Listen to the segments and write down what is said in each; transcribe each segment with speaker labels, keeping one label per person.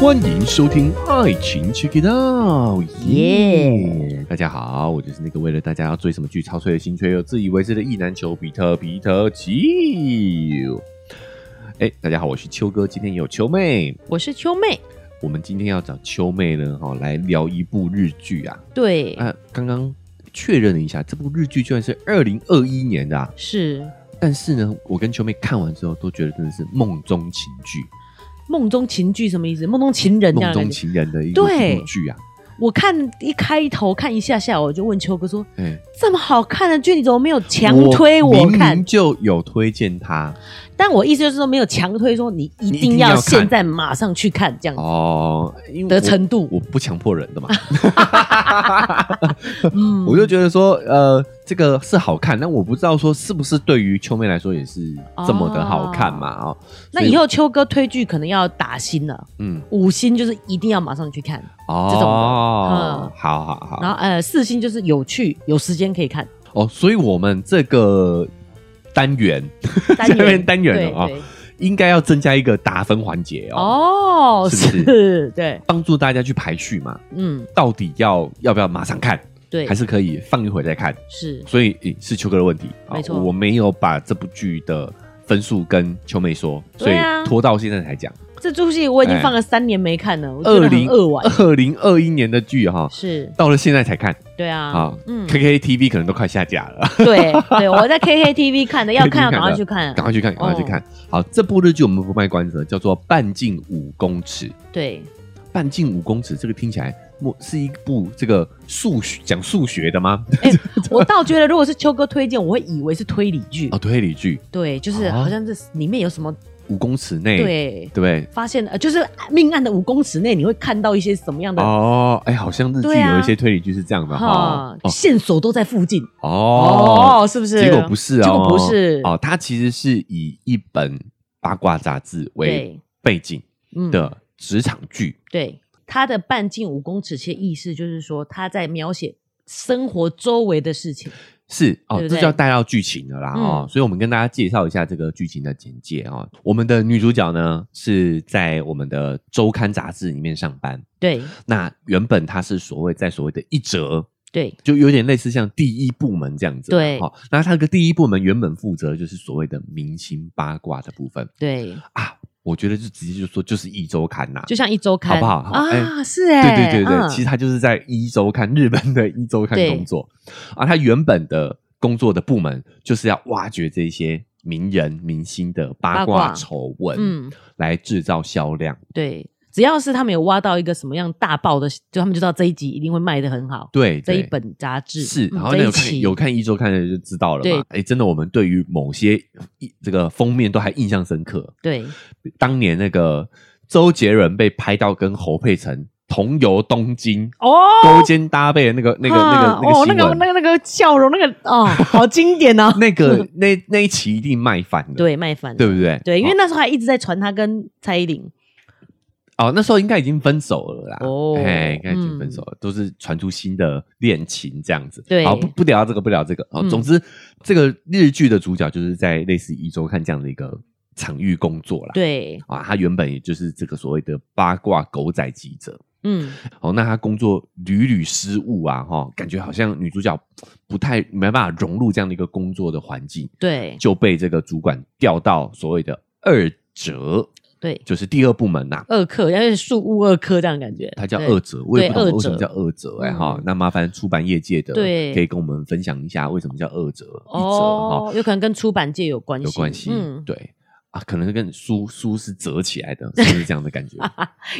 Speaker 1: 欢迎收听《爱情 Check It Out》，耶！大家好，我就是那个为了大家要追什么剧超吹的心却又自以为是的意男球比特皮特奇。哎，大家好，我是秋哥，今天也有秋妹。
Speaker 2: 我是秋妹。
Speaker 1: 我们今天要找秋妹呢，哈、来聊一部日剧啊。
Speaker 2: 对，
Speaker 1: 啊，刚刚确认了一下，这部日剧居然是二零二一年的、啊，
Speaker 2: 是
Speaker 1: 但是呢，我跟秋妹看完之后都觉得真的是梦中情剧，
Speaker 2: 梦中情剧什么意思？梦中情人这样
Speaker 1: 梦
Speaker 2: 的感
Speaker 1: 中
Speaker 2: 觉。
Speaker 1: 情人的一部
Speaker 2: 对
Speaker 1: 一部剧啊。
Speaker 2: 我看一开头看一下下，我就问秋哥说
Speaker 1: 哎，：“
Speaker 2: 这么好看的剧，你怎么没有强推我
Speaker 1: 明
Speaker 2: 看
Speaker 1: 明？”就有推荐他
Speaker 2: 但我意思就是说，没有强推说你一
Speaker 1: 你一定
Speaker 2: 定
Speaker 1: 要
Speaker 2: 要
Speaker 1: 看
Speaker 2: 现在马上去看这样子
Speaker 1: 哦，因为
Speaker 2: 的
Speaker 1: 我
Speaker 2: 程度。
Speaker 1: 我不强迫人 的嘛，
Speaker 2: 嗯
Speaker 1: 我就觉得说，呃，这个是好看，但我不知道说是不是对于秋妹来说也是这么的好看嘛，哦，
Speaker 2: 那
Speaker 1: 所以
Speaker 2: 以后秋哥推剧可能要打星了，
Speaker 1: 嗯，
Speaker 2: 五星就是一定要马上去看，这种
Speaker 1: 哦
Speaker 2: 的，嗯
Speaker 1: 好好好，
Speaker 2: 然后呃四星就是有趣，有时间可 以看。
Speaker 1: 哦，所以我们这个单元这边单元了啊、
Speaker 2: 对对
Speaker 1: 应该要增加一个打分环节哦，
Speaker 2: 哦，
Speaker 1: 是不是
Speaker 2: 是，对，
Speaker 1: 帮助大家去排序嘛，
Speaker 2: 嗯，
Speaker 1: 到底要要不要马上看，
Speaker 2: 对，
Speaker 1: 还是可以放一会儿再看？
Speaker 2: 是
Speaker 1: 所以诶是秋哥的问题，啊
Speaker 2: 没错
Speaker 1: 我没有把这部剧的分数跟秋妹说，所以
Speaker 2: 对啊
Speaker 1: 拖到现在才讲。
Speaker 2: 这出戏我已经放了三年没看了，我觉
Speaker 1: 哎二
Speaker 2: 得很
Speaker 1: 零
Speaker 2: 扼腕。
Speaker 1: 二零二一年的剧哈、
Speaker 2: 是，
Speaker 1: 到了现在才看
Speaker 2: 对啊，
Speaker 1: 啊，
Speaker 2: 嗯，
Speaker 1: KKTV 可能都快下架 了，
Speaker 2: 对 对，我在 KKTV 看的，要
Speaker 1: KKTV
Speaker 2: 看要赶
Speaker 1: 看
Speaker 2: 快
Speaker 1: 的
Speaker 2: 去看
Speaker 1: 赶，快去看，赶快去
Speaker 2: 哦
Speaker 1: 看。好，这部日剧我们不卖关子了，叫做《半径五公尺》。
Speaker 2: 对，
Speaker 1: 半径五公尺，这个听起来莫是一部这个数学讲数学的吗？
Speaker 2: 我倒觉得如果是秋哥推荐，我会以为是推理剧
Speaker 1: 哦，，推理剧，
Speaker 2: 对，就是
Speaker 1: 啊哎
Speaker 2: 好像这里面有什么，
Speaker 1: 五公尺内，
Speaker 2: 对，
Speaker 1: 对不对？
Speaker 2: 发现呃，就是命案的五公尺内，你会看到一些什么样的
Speaker 1: 哦，哎，好像日剧
Speaker 2: 对啊
Speaker 1: 有一些推理剧是这样的哈
Speaker 2: 哈。线索都在附近
Speaker 1: 哦哦，
Speaker 2: 哦，是不是？
Speaker 1: 结果不是哦，
Speaker 2: 结果不是
Speaker 1: 哦，它其实是以一本八卦杂志为
Speaker 2: 对，
Speaker 1: 背景
Speaker 2: 嗯
Speaker 1: 的职场剧。
Speaker 2: 对，它的半径五公尺，其实意思就是说，他在描写生活周围的事情。
Speaker 1: 是哦，
Speaker 2: 对不
Speaker 1: 这
Speaker 2: 对
Speaker 1: 就要带到剧情了啦
Speaker 2: 嗯
Speaker 1: 哦，所以我们跟大家介绍一下这个剧情的简介哦。我们的女主角呢是在我们的周刊杂志里面上班，
Speaker 2: 对
Speaker 1: 那原本她是所谓在所谓的一折，
Speaker 2: 对
Speaker 1: 就有点类似像第一部门这样子啦。
Speaker 2: 对
Speaker 1: 哦，那她的第一部门原本负责就是所谓的明星八卦的部分
Speaker 2: 对，
Speaker 1: 啊，我觉得就直接就说就是一周刊呐、
Speaker 2: 就像一周刊，
Speaker 1: 好不好好
Speaker 2: 啊？
Speaker 1: 哎
Speaker 2: 是哎、
Speaker 1: 对对对对，
Speaker 2: 嗯
Speaker 1: 其实他就是在一周刊日本的一周刊
Speaker 2: 对
Speaker 1: 工作啊，他原本的工作的部门就是要挖掘这些名人明星的八
Speaker 2: 八
Speaker 1: 卦
Speaker 2: 卦
Speaker 1: 丑闻，
Speaker 2: 嗯，
Speaker 1: 来制造销量。
Speaker 2: 对，只要是他们有挖到一个什么样大爆的，就他们就知道这一集一定会卖的很好。
Speaker 1: 对，
Speaker 2: 这一
Speaker 1: 对
Speaker 2: 本杂志
Speaker 1: 是，
Speaker 2: 嗯
Speaker 1: 然后
Speaker 2: 这
Speaker 1: 那
Speaker 2: 一
Speaker 1: 有看
Speaker 2: 期
Speaker 1: 有看一周刊的人就知道了
Speaker 2: 对
Speaker 1: 嘛。哎，真的，我们对于某些一这个封面都还印象深刻。
Speaker 2: 对
Speaker 1: 当年那个周杰伦被拍到跟侯佩岑同游东京。
Speaker 2: 哦。
Speaker 1: 勾肩搭背的那个、那个、那个、
Speaker 2: 啊
Speaker 1: 那个
Speaker 2: 哦，
Speaker 1: 新
Speaker 2: 那
Speaker 1: 闻，。
Speaker 2: 个那个那个笑容，那个哦，好经典哦
Speaker 1: 那 个那那一期一定卖翻的，
Speaker 2: 对，卖反
Speaker 1: 对不对？
Speaker 2: 对，因为那时候还一直在传他跟蔡依林。
Speaker 1: 哦那时候应该已经分手了啦，
Speaker 2: 哦嗯
Speaker 1: 哎，应该已经分手了，都是传出新的恋情这样子。
Speaker 2: 对
Speaker 1: 好不不聊这个，不聊这个。哦，
Speaker 2: 嗯
Speaker 1: 总之这个日剧的主角就是在类似一周看这样的一个场域工作啦。
Speaker 2: 对，
Speaker 1: 啊，他原本也就是这个所谓的八卦狗仔记者。
Speaker 2: 嗯，
Speaker 1: 哦，那他工作屡屡失误啊，哈、感觉好像女主角不太没办法融入这样的一个工作的环境。
Speaker 2: 对
Speaker 1: 就被这个主管调到所谓的二折，
Speaker 2: 对，
Speaker 1: 就是第二部门呐、
Speaker 2: 二课，要是树屋二课这样的感觉。
Speaker 1: 它叫
Speaker 2: 对
Speaker 1: 二折，我也不懂
Speaker 2: 对二折
Speaker 1: 为什么叫二折哎、
Speaker 2: 嗯
Speaker 1: 哈、那麻烦出版业界的
Speaker 2: 对
Speaker 1: 可以跟我们分享一下为什么叫二折、一折哈、
Speaker 2: 哦，有可能跟出版界有关系，
Speaker 1: 有关系、
Speaker 2: 嗯，
Speaker 1: 对啊，可能跟书书是折起来的，是不是这样的 感觉
Speaker 2: 啊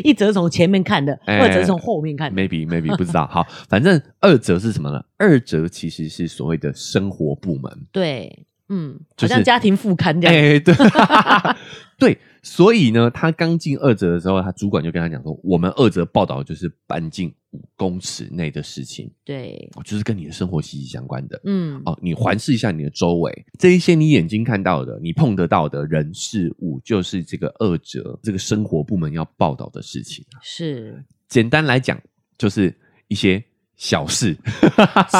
Speaker 2: 一则从前面看的，
Speaker 1: 哎
Speaker 2: 二则从后面看的，
Speaker 1: ？Maybe maybe 不知道。好，反正二折是什么呢？二折其实是所谓的生活部门。
Speaker 2: 对，嗯，
Speaker 1: 就是
Speaker 2: 好像家庭副刊这样，
Speaker 1: 哎、对 对，所以呢，他刚进二折的时候，他主管就跟他讲说，我们二折报道就是半径五公尺内的事情，
Speaker 2: 对，
Speaker 1: 哦就是跟你的生活息息相关的。
Speaker 2: 嗯，
Speaker 1: 哦，你环视一下你的周围，这一些你眼睛看到的、你碰得到的人事物，就是这个二折这个生活部门要报道的事情。
Speaker 2: 是，
Speaker 1: 简单来讲，就是一些小事，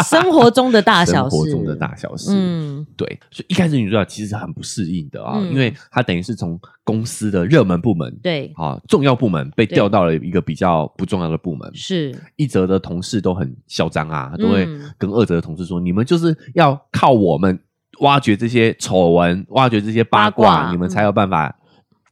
Speaker 2: 生活中的大小
Speaker 1: 生
Speaker 2: 事，
Speaker 1: 活中的大小事，
Speaker 2: 嗯，
Speaker 1: 对，所以一开始女主角其实很不适应的啊，
Speaker 2: 嗯
Speaker 1: 因为她等于是从公司的热门部门，
Speaker 2: 对，
Speaker 1: 啊，重要部门被
Speaker 2: 对
Speaker 1: 调到了一个比较不重要的部门，
Speaker 2: 是，
Speaker 1: 一则的同事都很嚣张啊，都会
Speaker 2: 嗯
Speaker 1: 跟二则的同事说：“你们就是要靠我们挖掘这些丑闻，挖掘这些八卦，
Speaker 2: 八卦
Speaker 1: 你们才有办法，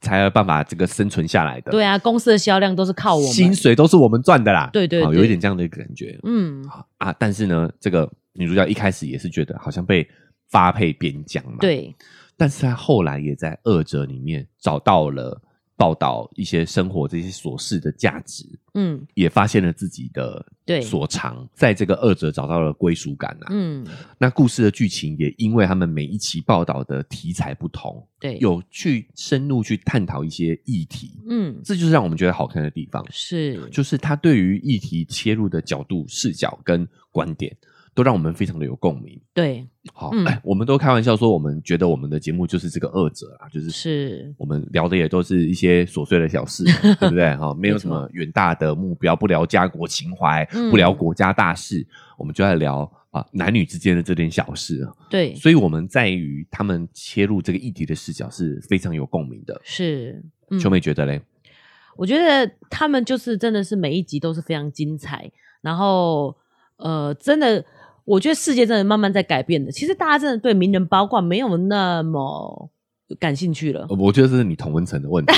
Speaker 1: 才有办法这个生存下来的。
Speaker 2: 对啊，公司的销量都是靠我
Speaker 1: 薪
Speaker 2: 们，
Speaker 1: 水都是我们赚的啦。
Speaker 2: 对对
Speaker 1: 好
Speaker 2: 对
Speaker 1: 有一点这样的一个感觉
Speaker 2: 嗯，
Speaker 1: 啊。但是呢，这个女主角一开始也是觉得好像被发配边疆嘛，。
Speaker 2: 对，
Speaker 1: 但是她后来也在二者里面找到了报道一些生活这些琐事的价值，
Speaker 2: 嗯，
Speaker 1: 也发现了自己的
Speaker 2: 对
Speaker 1: 所长，在这个二者找到了归属感啊。
Speaker 2: 嗯，
Speaker 1: 那故事的剧情也因为他们每一期报道的题材不同，
Speaker 2: 对，，
Speaker 1: 有去深入去探讨一些议题，
Speaker 2: 嗯，
Speaker 1: 这就是让我们觉得好看的地方，
Speaker 2: 是，
Speaker 1: 就是他对于议题切入的角度、视角跟观点，都让我们非常的有共鸣。
Speaker 2: 对，
Speaker 1: 好，
Speaker 2: 嗯
Speaker 1: 哎我们都开玩笑说，我们觉得我们的节目就是这个二者啊，就是
Speaker 2: 是，
Speaker 1: 我们聊的也都是一些琐碎的小事， 对不对？哈、没有什么远大的目标，不聊家国情怀，
Speaker 2: 嗯
Speaker 1: 不聊国家大事，我们就在聊啊、男女之间的这点小事。啊
Speaker 2: 对，
Speaker 1: 所以我们在于他们切入这个议题的视角是非常有共鸣的。
Speaker 2: 是，嗯
Speaker 1: 秋妹觉得嘞，
Speaker 2: 我觉得他们就是真的是每一集都是非常精彩，然后呃，真的，我觉得世界真的慢慢在改变的。其实大家真的对名人八卦没有那么感兴趣了
Speaker 1: 呃，我觉得这是你同温层的问题。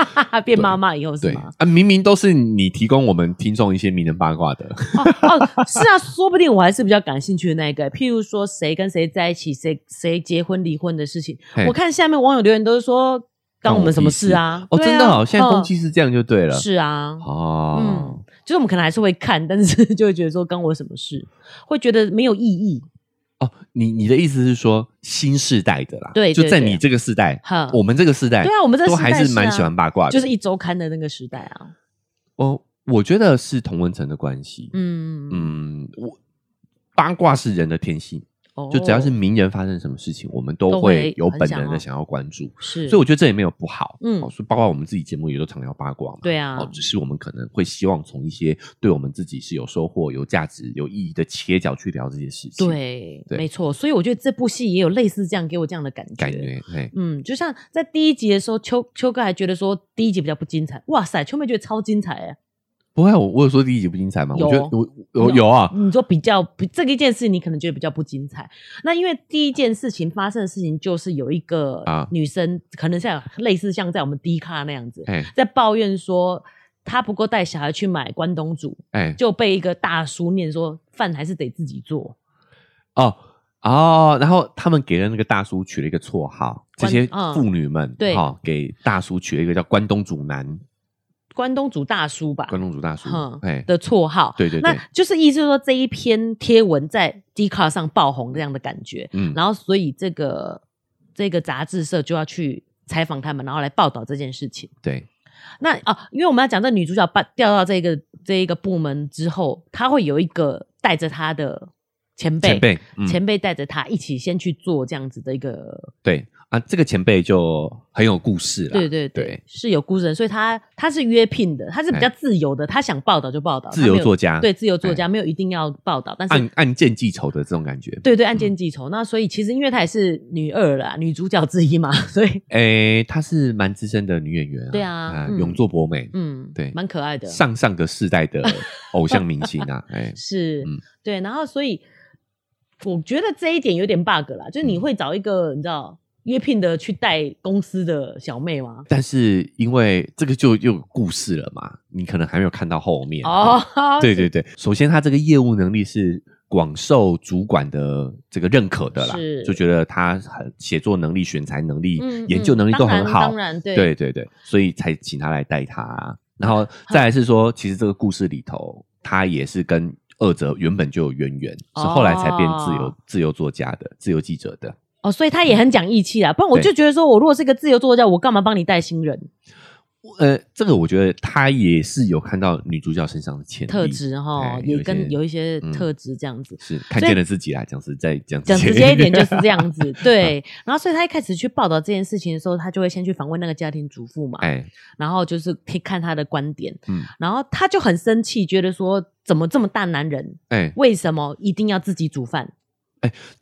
Speaker 2: 哈哈，变妈妈以后是
Speaker 1: 对
Speaker 2: 吗？
Speaker 1: 啊，明明都是你提供我们听众一些名人八卦 的，
Speaker 2: 哦哦，是啊，说不定我还是比较感兴趣的那一个，欸譬如说谁跟谁在一起，谁谁结婚离婚的事情
Speaker 1: 嘿，
Speaker 2: 我看下面网友留言都是说干我们什么事啊？
Speaker 1: 哦，
Speaker 2: 对啊
Speaker 1: 真的哦，现在风、
Speaker 2: 嗯
Speaker 1: 气是这样就对了。
Speaker 2: 是啊，
Speaker 1: 哦，
Speaker 2: 嗯，就是我们可能还是会看，但是 就会觉得说关我什么事，会觉得没有意义。
Speaker 1: 哦，你你的意思是说新世代的啦，
Speaker 2: 对
Speaker 1: 就
Speaker 2: 对
Speaker 1: 在
Speaker 2: 对
Speaker 1: 你这个世代，
Speaker 2: 哈，
Speaker 1: 我们这个世代，
Speaker 2: 对啊，我们这个
Speaker 1: 都
Speaker 2: 时代
Speaker 1: 还是
Speaker 2: 啊
Speaker 1: 蛮喜欢八卦的，
Speaker 2: 就是一周刊的那个时代啊。
Speaker 1: 哦，我觉得是同文层的关系，
Speaker 2: 嗯，
Speaker 1: 嗯，我八卦是人的天性，
Speaker 2: 哦
Speaker 1: 嗯就只要是名人发生什么事情，我们都
Speaker 2: 都
Speaker 1: 会
Speaker 2: 会
Speaker 1: 有
Speaker 2: 很
Speaker 1: 本
Speaker 2: 想
Speaker 1: 能的
Speaker 2: 要
Speaker 1: 想要关注，
Speaker 2: 是，
Speaker 1: 所以我觉得这也没有不好，嗯，
Speaker 2: 嗯
Speaker 1: 哦，所以包括我们自己节目也都常聊八卦嘛，
Speaker 2: 对啊
Speaker 1: 哦，，只是我们可能会希望从一些对我们自己是有收获、有价值、有意义的切角去聊这些事情，，
Speaker 2: 对，
Speaker 1: 对
Speaker 2: 没错。所以我觉得这部戏也有类似这样给我这样的感觉。
Speaker 1: 感觉，哎，
Speaker 2: 嗯，就像在第一集的时候，秋秋哥还觉得说第一集比较不精彩，哇塞，秋妹觉得超精彩哎、
Speaker 1: 不会啊，我我有说第一集不精彩吗？我
Speaker 2: 有
Speaker 1: 觉得
Speaker 2: 哦
Speaker 1: 我有
Speaker 2: 有
Speaker 1: 有啊，
Speaker 2: 你说比较不这个一件事，你可能觉得比较不精彩。那因为第一件事情发生的事情就是有一个
Speaker 1: 啊
Speaker 2: 女生，可能像类似像在我们低咖那样子，
Speaker 1: 哎
Speaker 2: 在抱怨说她不够带小孩去买关东煮，
Speaker 1: 哎，
Speaker 2: 就被一个大叔念说饭还是得自己做。
Speaker 1: 哦哦，然后他们给了那个大叔取了一个绰号，这
Speaker 2: 关
Speaker 1: 些
Speaker 2: 嗯
Speaker 1: 妇女们
Speaker 2: 对
Speaker 1: 哈、给大叔取了一个叫关东煮男、
Speaker 2: 关东煮大叔吧，
Speaker 1: 关东煮大叔
Speaker 2: 哼，
Speaker 1: 哎、
Speaker 2: 的绰号。
Speaker 1: 对对对
Speaker 2: 嗯那就是意思是说这一篇贴文在 d c a r 上爆红这样的感觉，
Speaker 1: 嗯，
Speaker 2: 然后所以这个这个杂志社就要去采访他们，然后来报道这件事情。
Speaker 1: 对，
Speaker 2: 那哦、因为我们要讲这女主角把调到这个这一个部门之后，她会有一个带着她的前辈。
Speaker 1: 前辈，嗯，
Speaker 2: 前辈带着她一起先去做这样子的一个，
Speaker 1: 对啊，这个前辈就很有故事啦，
Speaker 2: 对对对，
Speaker 1: 对，
Speaker 2: 是有故事的，所以她她是约聘的，她是比较
Speaker 1: 哎
Speaker 2: 自由的，她想报道就报道，
Speaker 1: 自
Speaker 2: 她没
Speaker 1: 由
Speaker 2: 有
Speaker 1: 作家，哎
Speaker 2: 对，自由作家，没有一定要报道，但是
Speaker 1: 按按件记仇的这种感觉，
Speaker 2: 对对，按件记仇。那所以其实因为她也是女二啦，女主角之一嘛， 所以
Speaker 1: 哎，她是蛮资深的女演员啊，
Speaker 2: 对啊嗯
Speaker 1: 永作博美，
Speaker 2: 嗯，
Speaker 1: 对
Speaker 2: 蛮可爱的，
Speaker 1: 上上个世代 的偶像明星啊，哎，
Speaker 2: 是、
Speaker 1: 嗯
Speaker 2: 对。然后所以我觉得这一点有点 bug 啦，就是你
Speaker 1: 嗯
Speaker 2: 会找一个你知道约聘的去带公司的小妹吗？
Speaker 1: 但是因为这个就又有故事了嘛，你可能还没有看到后面
Speaker 2: 哦，
Speaker 1: 对对对，首先他这个业务能力是广受主管的这个认可的啦
Speaker 2: 是，
Speaker 1: 就觉得他很写作能力、选材能力、
Speaker 2: 嗯，嗯
Speaker 1: 研究能力都很好，
Speaker 2: 当然当然对
Speaker 1: 对对对，所以才请他来带他、然后再来是说，其实这个故事里头，他也是跟二者原本就有渊源，是后来才变自由、
Speaker 2: 哦
Speaker 1: 自由作家的、自由记者的。
Speaker 2: 哦，所以她也很讲义气啦。不然我
Speaker 1: 对
Speaker 2: 就觉得说，我如果是一个自由作家，我干嘛帮你带新人？
Speaker 1: 呃，这个我觉得他也是有看到女主角身上的潜力
Speaker 2: 特质哈
Speaker 1: 哎，
Speaker 2: 也
Speaker 1: 有一
Speaker 2: 跟
Speaker 1: 些
Speaker 2: 有一些
Speaker 1: 嗯
Speaker 2: 特质这样子。
Speaker 1: 是看见了自己啦，啊讲是在讲
Speaker 2: 讲直接一点就是这样子，对。然后，所以他一开始去报道这件事情的时候，他就会先去访问那个家庭 主妇嘛，
Speaker 1: 哎，
Speaker 2: 然后就是可以看他的观点，
Speaker 1: 嗯，
Speaker 2: 然后他就很生气，觉得说怎么这么大男人，
Speaker 1: 哎，
Speaker 2: 为什么一定要自己煮饭？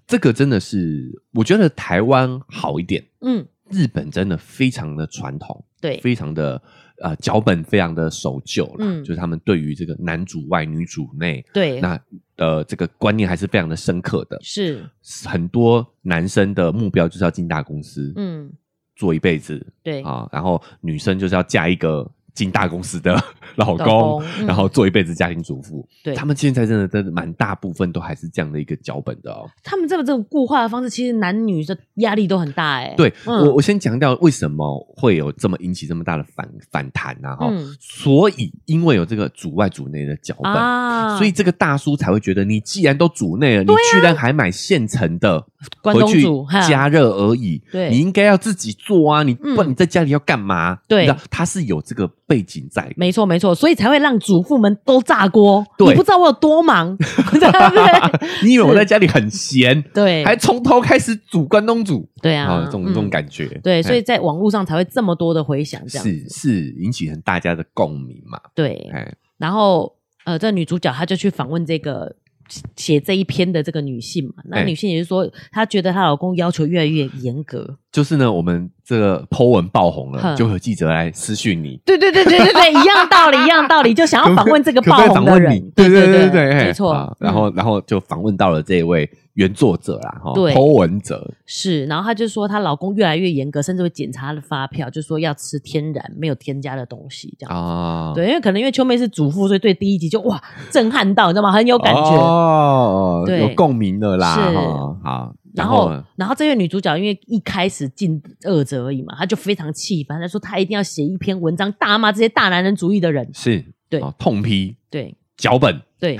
Speaker 1: 这个真的是，我觉得台湾好一点，
Speaker 2: 嗯，
Speaker 1: 日本真的非常的传统，
Speaker 2: 对，
Speaker 1: 非常的呃脚本非常的守旧啦，
Speaker 2: 嗯
Speaker 1: 就是他们对于这个男主外女主内
Speaker 2: 对，
Speaker 1: 那呃这个观念还是非常的深刻的。
Speaker 2: 是，
Speaker 1: 很多男生的目标就是要进大公司，
Speaker 2: 嗯，
Speaker 1: 做一辈子
Speaker 2: 对，
Speaker 1: 啊，然后女生就是要嫁一个进大公司的 老公，
Speaker 2: 老公嗯
Speaker 1: 然后做一辈子家庭主妇。
Speaker 2: 对
Speaker 1: 他们现在真的真的蛮大部分都还是这样的一个脚本的哦。
Speaker 2: 他们这么这种固化的方式，其实男女的压力都很大哎、
Speaker 1: 对、
Speaker 2: 嗯
Speaker 1: 我，我先强调为什么会有这么引起这么大的反反弹啊？哈、
Speaker 2: 嗯
Speaker 1: 所以因为有这个主外主内的脚本。
Speaker 2: 啊，
Speaker 1: 所以这个大叔才会觉得，你既然都主内了，你居然还买现成的
Speaker 2: 关
Speaker 1: 回
Speaker 2: 东
Speaker 1: 去
Speaker 2: 煮哈
Speaker 1: 加热而已，
Speaker 2: 对
Speaker 1: 你应该要自己做啊，你
Speaker 2: 嗯
Speaker 1: 不然你在家里要干嘛？
Speaker 2: 对
Speaker 1: 你知道他是有这个背景在的，
Speaker 2: 没错没错，所以才会让主妇们都炸锅。
Speaker 1: 对
Speaker 2: 你不知道我有 多忙，对不 对？
Speaker 1: 你以为我
Speaker 2: 是
Speaker 1: 在家里很闲，
Speaker 2: 对，
Speaker 1: 还从头开始煮关东煮
Speaker 2: 对啊，
Speaker 1: 哦这种这种
Speaker 2: 嗯
Speaker 1: 感觉，
Speaker 2: 对，
Speaker 1: 哎
Speaker 2: 所以在网络上才会这么多的回响，这样子
Speaker 1: 是是引起很大家的共鸣嘛，
Speaker 2: 对。
Speaker 1: 哎，
Speaker 2: 然后呃，这女主角她就去访问这个写写这一篇的这个女性嘛，那
Speaker 1: 哎
Speaker 2: 女性也是说，她觉得她老公要求越来越严格。
Speaker 1: 就是呢，我们这个 Po 文爆红了，
Speaker 2: 哼
Speaker 1: 就有记者来私讯你，
Speaker 2: 对对对对对对，一样道理，一样道理，就想要访问这个
Speaker 1: 可不可
Speaker 2: 爆
Speaker 1: 以
Speaker 2: 红
Speaker 1: 访
Speaker 2: 的
Speaker 1: 问你
Speaker 2: 人？，
Speaker 1: 对
Speaker 2: 对
Speaker 1: 对
Speaker 2: 对，
Speaker 1: 哎
Speaker 2: 没错
Speaker 1: 啊。然
Speaker 2: 嗯
Speaker 1: 后然后就访问到了这一位原作者啦，哈
Speaker 2: 对
Speaker 1: ，Po 文者，
Speaker 2: 是，然后她就说她老公越来越严格，甚至会检查她的发票，就说要吃天然没有添加的东西这样。
Speaker 1: 啊，
Speaker 2: 对，因为可能因为秋妹是主妇，所以对第一集就哇震撼到，你知道吗？很有感觉。
Speaker 1: 哦，
Speaker 2: 对
Speaker 1: 有共鸣了啦，
Speaker 2: 是
Speaker 1: 哈好，
Speaker 2: 然
Speaker 1: 后
Speaker 2: 后
Speaker 1: 呢，
Speaker 2: 然后这位女主角因为一开始进二者而已嘛，她就非常气愤，她说她一定要写一篇文章大骂这些大男人主义的人。
Speaker 1: 是
Speaker 2: 对
Speaker 1: 哦痛批
Speaker 2: 对
Speaker 1: 脚 本
Speaker 2: 对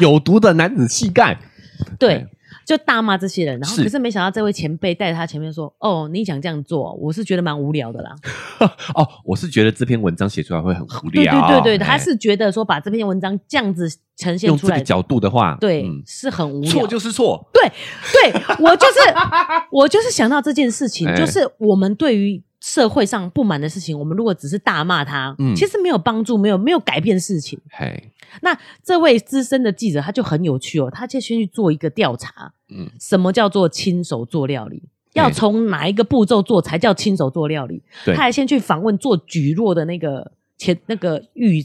Speaker 1: 有毒的男子气概，
Speaker 2: 对，就大骂这些人。然后
Speaker 1: 是
Speaker 2: 可是没想到这位前辈带着她前面说：“哦，你想这样做，我是觉得蛮无聊的啦。
Speaker 1: 哦，我是觉得这篇文章写出来会很无”
Speaker 2: 对
Speaker 1: 聊，
Speaker 2: 对对对，她
Speaker 1: 哎
Speaker 2: 是觉得说把这篇文章这样子呈现
Speaker 1: 用
Speaker 2: 出
Speaker 1: 这个
Speaker 2: 来，
Speaker 1: 角度的话，
Speaker 2: 对
Speaker 1: 嗯，
Speaker 2: 是很无聊。
Speaker 1: 错就是错，
Speaker 2: 对对，我就是我就是想到这件事情，
Speaker 1: 哎
Speaker 2: 就是我们对于社会上不满的事情，我们如果只是大骂他，
Speaker 1: 嗯
Speaker 2: 其实没有帮助，没有没有改变事情。
Speaker 1: 嘿，
Speaker 2: 那这位资深的记者他就很有趣哦，他就先去做一个调查，
Speaker 1: 嗯，
Speaker 2: 什么叫做亲手做料理？要
Speaker 1: 哎
Speaker 2: 从哪一个步骤做才叫亲手做料理？
Speaker 1: 对
Speaker 2: 他还先去访问做蒟蒻的那个前那个玉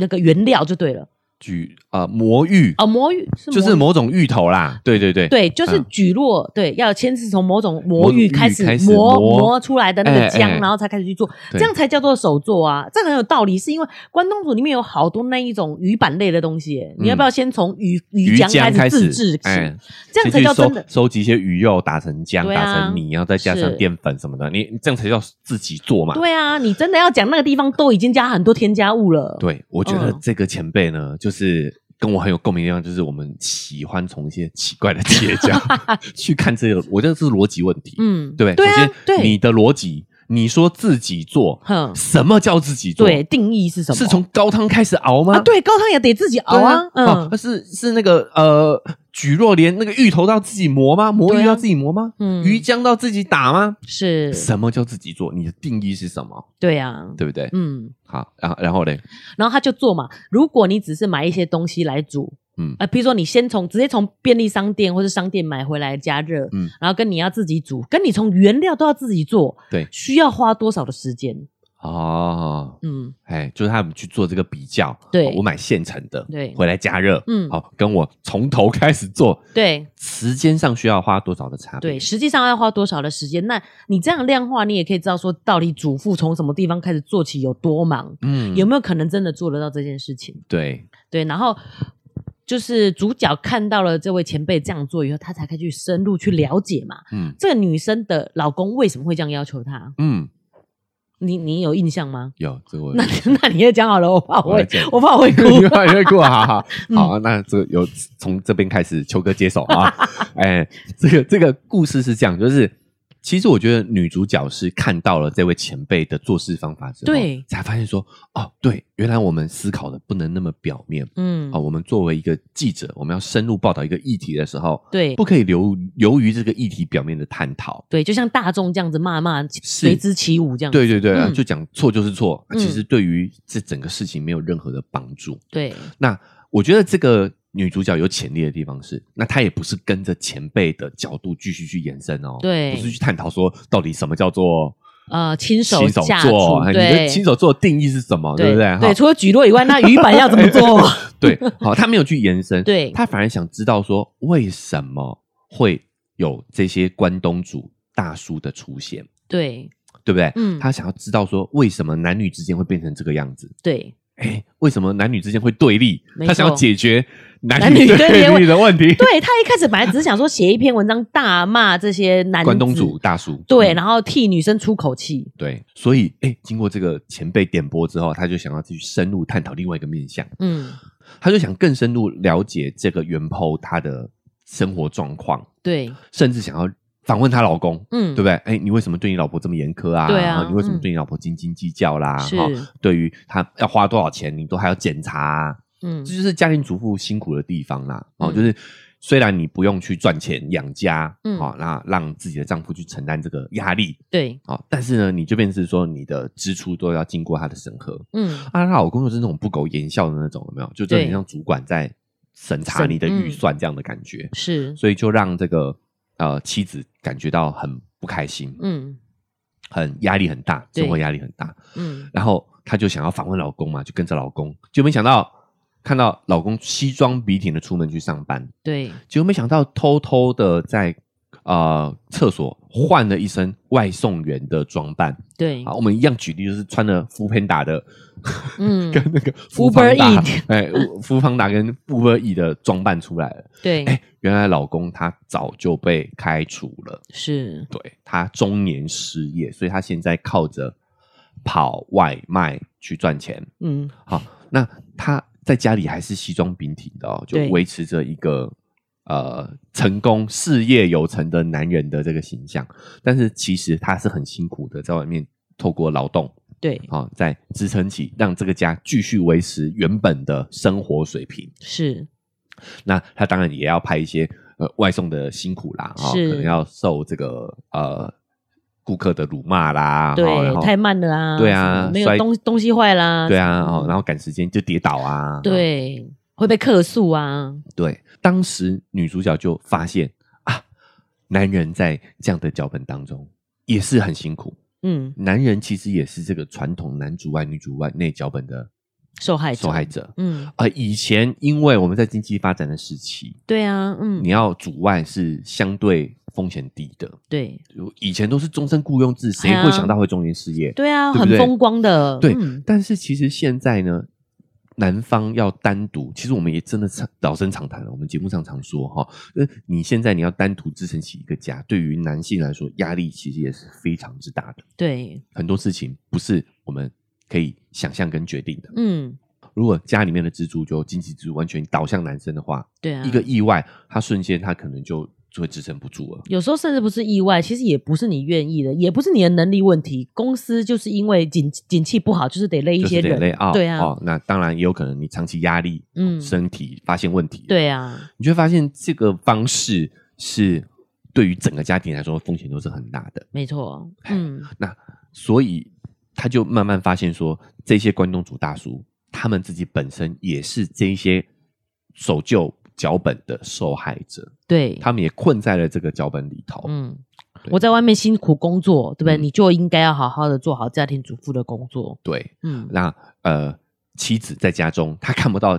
Speaker 2: 那个原料就对了
Speaker 1: 举呃魔芋
Speaker 2: 哦，魔芋是
Speaker 1: 就是
Speaker 2: 魔芋
Speaker 1: 某种芋头啦，对对对，
Speaker 2: 对，就是
Speaker 1: 嗯
Speaker 2: 举落，对，要先是从某种
Speaker 1: 某
Speaker 2: 魔
Speaker 1: 种
Speaker 2: 芋
Speaker 1: 芋
Speaker 2: 开始
Speaker 1: 开始
Speaker 2: 磨
Speaker 1: 磨
Speaker 2: 磨出来的那
Speaker 1: 哎
Speaker 2: 个浆，
Speaker 1: 哎
Speaker 2: 然后才开始去做，
Speaker 1: 对
Speaker 2: 这样才叫做手做啊。这很有道理，是因为关东煮里面有好多那一种鱼板类的东西耶，你要不要先从鱼鱼
Speaker 1: 嗯鱼
Speaker 2: 浆
Speaker 1: 浆开
Speaker 2: 自
Speaker 1: 始
Speaker 2: 制
Speaker 1: 哎
Speaker 2: 起？这样
Speaker 1: 先
Speaker 2: 才
Speaker 1: 去
Speaker 2: 叫真
Speaker 1: 收
Speaker 2: 的
Speaker 1: 收集一些鱼肉打成浆、
Speaker 2: 对啊
Speaker 1: 打成泥，然后再加上
Speaker 2: 是
Speaker 1: 淀粉什么的，你你这样才叫自己做嘛。
Speaker 2: 对啊！你真的要讲那个地方都已经加很多添加物了，
Speaker 1: 对，我觉得
Speaker 2: 嗯
Speaker 1: 这个前辈呢，就是跟我很有共鸣的地方，就是我们喜欢从一些奇怪的企业 家去看这个，我觉得这是逻辑问题，
Speaker 2: 嗯，
Speaker 1: 对不
Speaker 2: 对
Speaker 1: 首
Speaker 2: 啊
Speaker 1: 先，，
Speaker 2: 对，
Speaker 1: 你的逻辑，你说自己做，
Speaker 2: 哼，
Speaker 1: 什么叫自己做？
Speaker 2: 对，，定义是什么？
Speaker 1: 是从高汤开始熬吗？
Speaker 2: 啊，对，高汤也得自己熬
Speaker 1: 对
Speaker 2: 啊，
Speaker 1: 哦
Speaker 2: 嗯，
Speaker 1: 是是那个呃，蒟蒻连那个芋头都要自己磨吗？魔
Speaker 2: 对
Speaker 1: 芋
Speaker 2: 啊
Speaker 1: 要自己磨吗？
Speaker 2: 嗯
Speaker 1: 鱼浆要自己打吗？
Speaker 2: 是，
Speaker 1: 什么叫自己做？你的定义是什么？
Speaker 2: 对啊，
Speaker 1: 对不对？
Speaker 2: 嗯。
Speaker 1: 好，然后然后嘞，
Speaker 2: 然后他就做嘛。如果你只是买一些东西来煮，
Speaker 1: 嗯
Speaker 2: 嗯，呃，比如说你先从直接从便利商店或是商店买回来加热，
Speaker 1: 嗯
Speaker 2: 嗯，然后跟你要自己煮，跟你从原料都要自己做，
Speaker 1: 对
Speaker 2: 需要花多少的时间？
Speaker 1: 哦，
Speaker 2: 嗯，
Speaker 1: 哎，就是他们去做这个比较，
Speaker 2: 对
Speaker 1: 哦我买现成的，
Speaker 2: 对
Speaker 1: 回来加热，
Speaker 2: 嗯
Speaker 1: 好、跟我从头开始做，
Speaker 2: 对
Speaker 1: 时间上需要花多少的差别？
Speaker 2: 对，，实际上要花多少的时间？那你这样量化，你也可以知道说，到底主妇从什么地方开始做起有多忙，
Speaker 1: 嗯
Speaker 2: 有没有可能真的做得到这件事情？
Speaker 1: 对，
Speaker 2: 对，然后。就是主角看到了这位前辈这样做以后，他才可以去深入去了解嘛。
Speaker 1: 嗯
Speaker 2: 这个女生的老公为什么会这样要求她？
Speaker 1: 嗯，
Speaker 2: 你你有印象吗？
Speaker 1: 有这个我
Speaker 2: 那那你也讲好了，我怕我
Speaker 1: 我来
Speaker 2: 会
Speaker 1: 讲
Speaker 2: 我怕 我会哭
Speaker 1: 越。来越过，好好
Speaker 2: 嗯
Speaker 1: 好，那这个有 从这边开始，秋哥接手啊。哎，这个这个故事是这样，就是其实我觉得女主角是看到了这位前辈的做事方法之后，
Speaker 2: 对
Speaker 1: 才发现说，哦，对，原来我们思考的不能那么表面。
Speaker 2: 嗯
Speaker 1: 啊、，我们作为一个记者，我们要深入报道一个议题的时候，
Speaker 2: 对
Speaker 1: 不可以流流于这个议题表面的探讨。
Speaker 2: 对，就像大众这样子骂骂，随之起舞这样子。
Speaker 1: 对对对，啊
Speaker 2: 嗯
Speaker 1: 就讲错就是错，啊
Speaker 2: 嗯
Speaker 1: 其实对于这整个事情没有任何的帮助。
Speaker 2: 对
Speaker 1: 那我觉得这个女主角有潜力的地方是，那她也不是跟着前辈的角度继续去延伸哦，
Speaker 2: 对
Speaker 1: 不是去探讨说到底什么叫做
Speaker 2: 呃，亲手
Speaker 1: 新手
Speaker 2: 下
Speaker 1: 做，
Speaker 2: 厨，
Speaker 1: 哎你
Speaker 2: 对
Speaker 1: 的亲手做的定义是什么，对不对？
Speaker 2: 对？
Speaker 1: 哈
Speaker 2: 除了举落以外，那鱼板要怎么 做？
Speaker 1: 对，好，她没有去延伸，
Speaker 2: 对
Speaker 1: 她反而想知道说为什么会有这些关东煮大叔的出现，
Speaker 2: 对
Speaker 1: 对不对？
Speaker 2: 嗯
Speaker 1: 她想要知道说为什么男女之间会变成这个样子。
Speaker 2: 对，
Speaker 1: 哎，为什么男女之间会对立
Speaker 2: 没？错
Speaker 1: 他想要解决男
Speaker 2: 男
Speaker 1: 女
Speaker 2: 女
Speaker 1: 对
Speaker 2: 对
Speaker 1: 立
Speaker 2: 立
Speaker 1: 的问题。
Speaker 2: 对他一开始本来只是想说写一篇文章大骂这些男子
Speaker 1: 关东煮，大叔，
Speaker 2: 对，
Speaker 1: 嗯
Speaker 2: 然后替女生出口气，
Speaker 1: 对，所以哎，经过这个前辈点拨之后，他就想要去深入探讨另外一个面向，
Speaker 2: 嗯，
Speaker 1: 他就想更深入了解这个袁剖她的生活状况，
Speaker 2: 对，
Speaker 1: 甚至想要访问她老公。
Speaker 2: 嗯，
Speaker 1: 对不对？哎，你为什么对你老婆这么严苛啊？
Speaker 2: 对啊
Speaker 1: 你为什么
Speaker 2: 嗯
Speaker 1: 对你老婆斤斤计较啦？
Speaker 2: 是
Speaker 1: 哈对于她要花多少钱，你都还要检查啊、
Speaker 2: 嗯
Speaker 1: 这就是家庭主妇辛苦的地方啦。哦，
Speaker 2: 嗯
Speaker 1: 就是虽然你不用去赚钱养家，
Speaker 2: 嗯
Speaker 1: 哦，那让自己的丈夫去承担这个压力，
Speaker 2: 对，
Speaker 1: 哦，但是呢，你就变成是说你的支出都要经过他的审核。
Speaker 2: 嗯，
Speaker 1: 啊，她老公又是那种不苟言笑的那种，有没有？就真的
Speaker 2: 对
Speaker 1: 像主管在审查
Speaker 2: 审
Speaker 1: 你的预
Speaker 2: 嗯
Speaker 1: 算这样的感觉，
Speaker 2: 是，
Speaker 1: 所以就让这个呃妻子感觉到很不开心，
Speaker 2: 嗯
Speaker 1: 很压力很大，
Speaker 2: 对
Speaker 1: 生活压力很大。
Speaker 2: 嗯，
Speaker 1: 然后她就想要访问老公嘛，就跟着老公，就没想到看到老公西装笔挺的出门去上班，
Speaker 2: 对，
Speaker 1: 结果没想到偷偷的在呃厕所换了一身外送员的装扮。
Speaker 2: 对
Speaker 1: 好，，我们一样举例，就是穿了福潘达的，
Speaker 2: 嗯，
Speaker 1: 跟那个
Speaker 2: Uber
Speaker 1: 达
Speaker 2: Eats，
Speaker 1: 哎，福潘达跟 Uber E 的装扮出来了。
Speaker 2: 对，
Speaker 1: 哎，原来老公他早就被开除了。
Speaker 2: 是，
Speaker 1: 对他中年失业，所以他现在靠着跑外卖去赚钱。
Speaker 2: 嗯，
Speaker 1: 好，那他在家里还是西装笔挺的哦，就
Speaker 2: 对
Speaker 1: 维持着一个呃成功事业有成的男人的这个形象，但是其实他是很辛苦的，在外面透过劳动
Speaker 2: 对，
Speaker 1: 啊、哦在支撑起让这个家继续维持原本的生活水平。
Speaker 2: 是，
Speaker 1: 那他当然也要拍一些呃外送的辛苦啦，哦，
Speaker 2: 是
Speaker 1: 可能要受这个呃顾客的辱骂啦，哦然
Speaker 2: 对，
Speaker 1: 后
Speaker 2: 太慢了啊，
Speaker 1: 对啊
Speaker 2: 什么没
Speaker 1: 摔
Speaker 2: 有东东西坏啦，
Speaker 1: 对啊，
Speaker 2: 什么
Speaker 1: 哦，然后赶时间就跌倒啊，哦
Speaker 2: 对，会被客诉啊，
Speaker 1: 对，当时女主角就发现啊，男人在这样的脚本当中也是很辛苦，
Speaker 2: 嗯，
Speaker 1: 男人其实也是这个传统男主外女主外那脚本的
Speaker 2: 受害者，
Speaker 1: 受害，者。
Speaker 2: 嗯，
Speaker 1: 呃，以前因为我们在经济发展的时期，
Speaker 2: 对啊，嗯
Speaker 1: 你，要主外是相对风险低的，
Speaker 2: 对，
Speaker 1: 以前都是终身雇佣制，谁
Speaker 2: 哎呀
Speaker 1: 会想到会中年失业？
Speaker 2: 对啊，
Speaker 1: 对不
Speaker 2: 很
Speaker 1: 对
Speaker 2: 风光的，
Speaker 1: 对
Speaker 2: 嗯
Speaker 1: 但是其实现在呢，男方要单独，其实我们也真的常老生常谈了，我们节目上常说哈，呃，你现在你要单独支撑起一个家，对于男性来说，压力其实也是非常之大的，
Speaker 2: 对，
Speaker 1: 很多事情不是我们可以想象跟决定的。
Speaker 2: 嗯，
Speaker 1: 如果家里面的支柱就经济支柱完全倒向男生的话，
Speaker 2: 对啊，
Speaker 1: 一个意外，他瞬间他可能就就会支撑不住了。
Speaker 2: 有时候甚至不是意外，其实也不是你愿意的，也不是你的能力问题。公司就是因为景景气不好，就是得累一
Speaker 1: 就
Speaker 2: 些
Speaker 1: 是得
Speaker 2: 人，
Speaker 1: 累啊，
Speaker 2: 对啊，
Speaker 1: 哦，那当然也有可能你长期压力，
Speaker 2: 嗯
Speaker 1: 身体发现问题，
Speaker 2: 对啊，
Speaker 1: 你就会发现这个方式是对于整个家庭来说风险都是很大的。
Speaker 2: 没错，
Speaker 1: 哎
Speaker 2: 嗯，
Speaker 1: 那所以他就慢慢发现说，这些关东煮大叔他们自己本身也是这一些守旧脚本的受害者，
Speaker 2: 对，
Speaker 1: 他们也困在了这个脚本里头。
Speaker 2: 嗯，
Speaker 1: 哦对
Speaker 2: 我在外面辛苦工作，对不对？
Speaker 1: 嗯
Speaker 2: 你就应该要好好的做好家庭主妇的工作，
Speaker 1: 对，
Speaker 2: 嗯，
Speaker 1: 那呃，妻子在家中，她看不到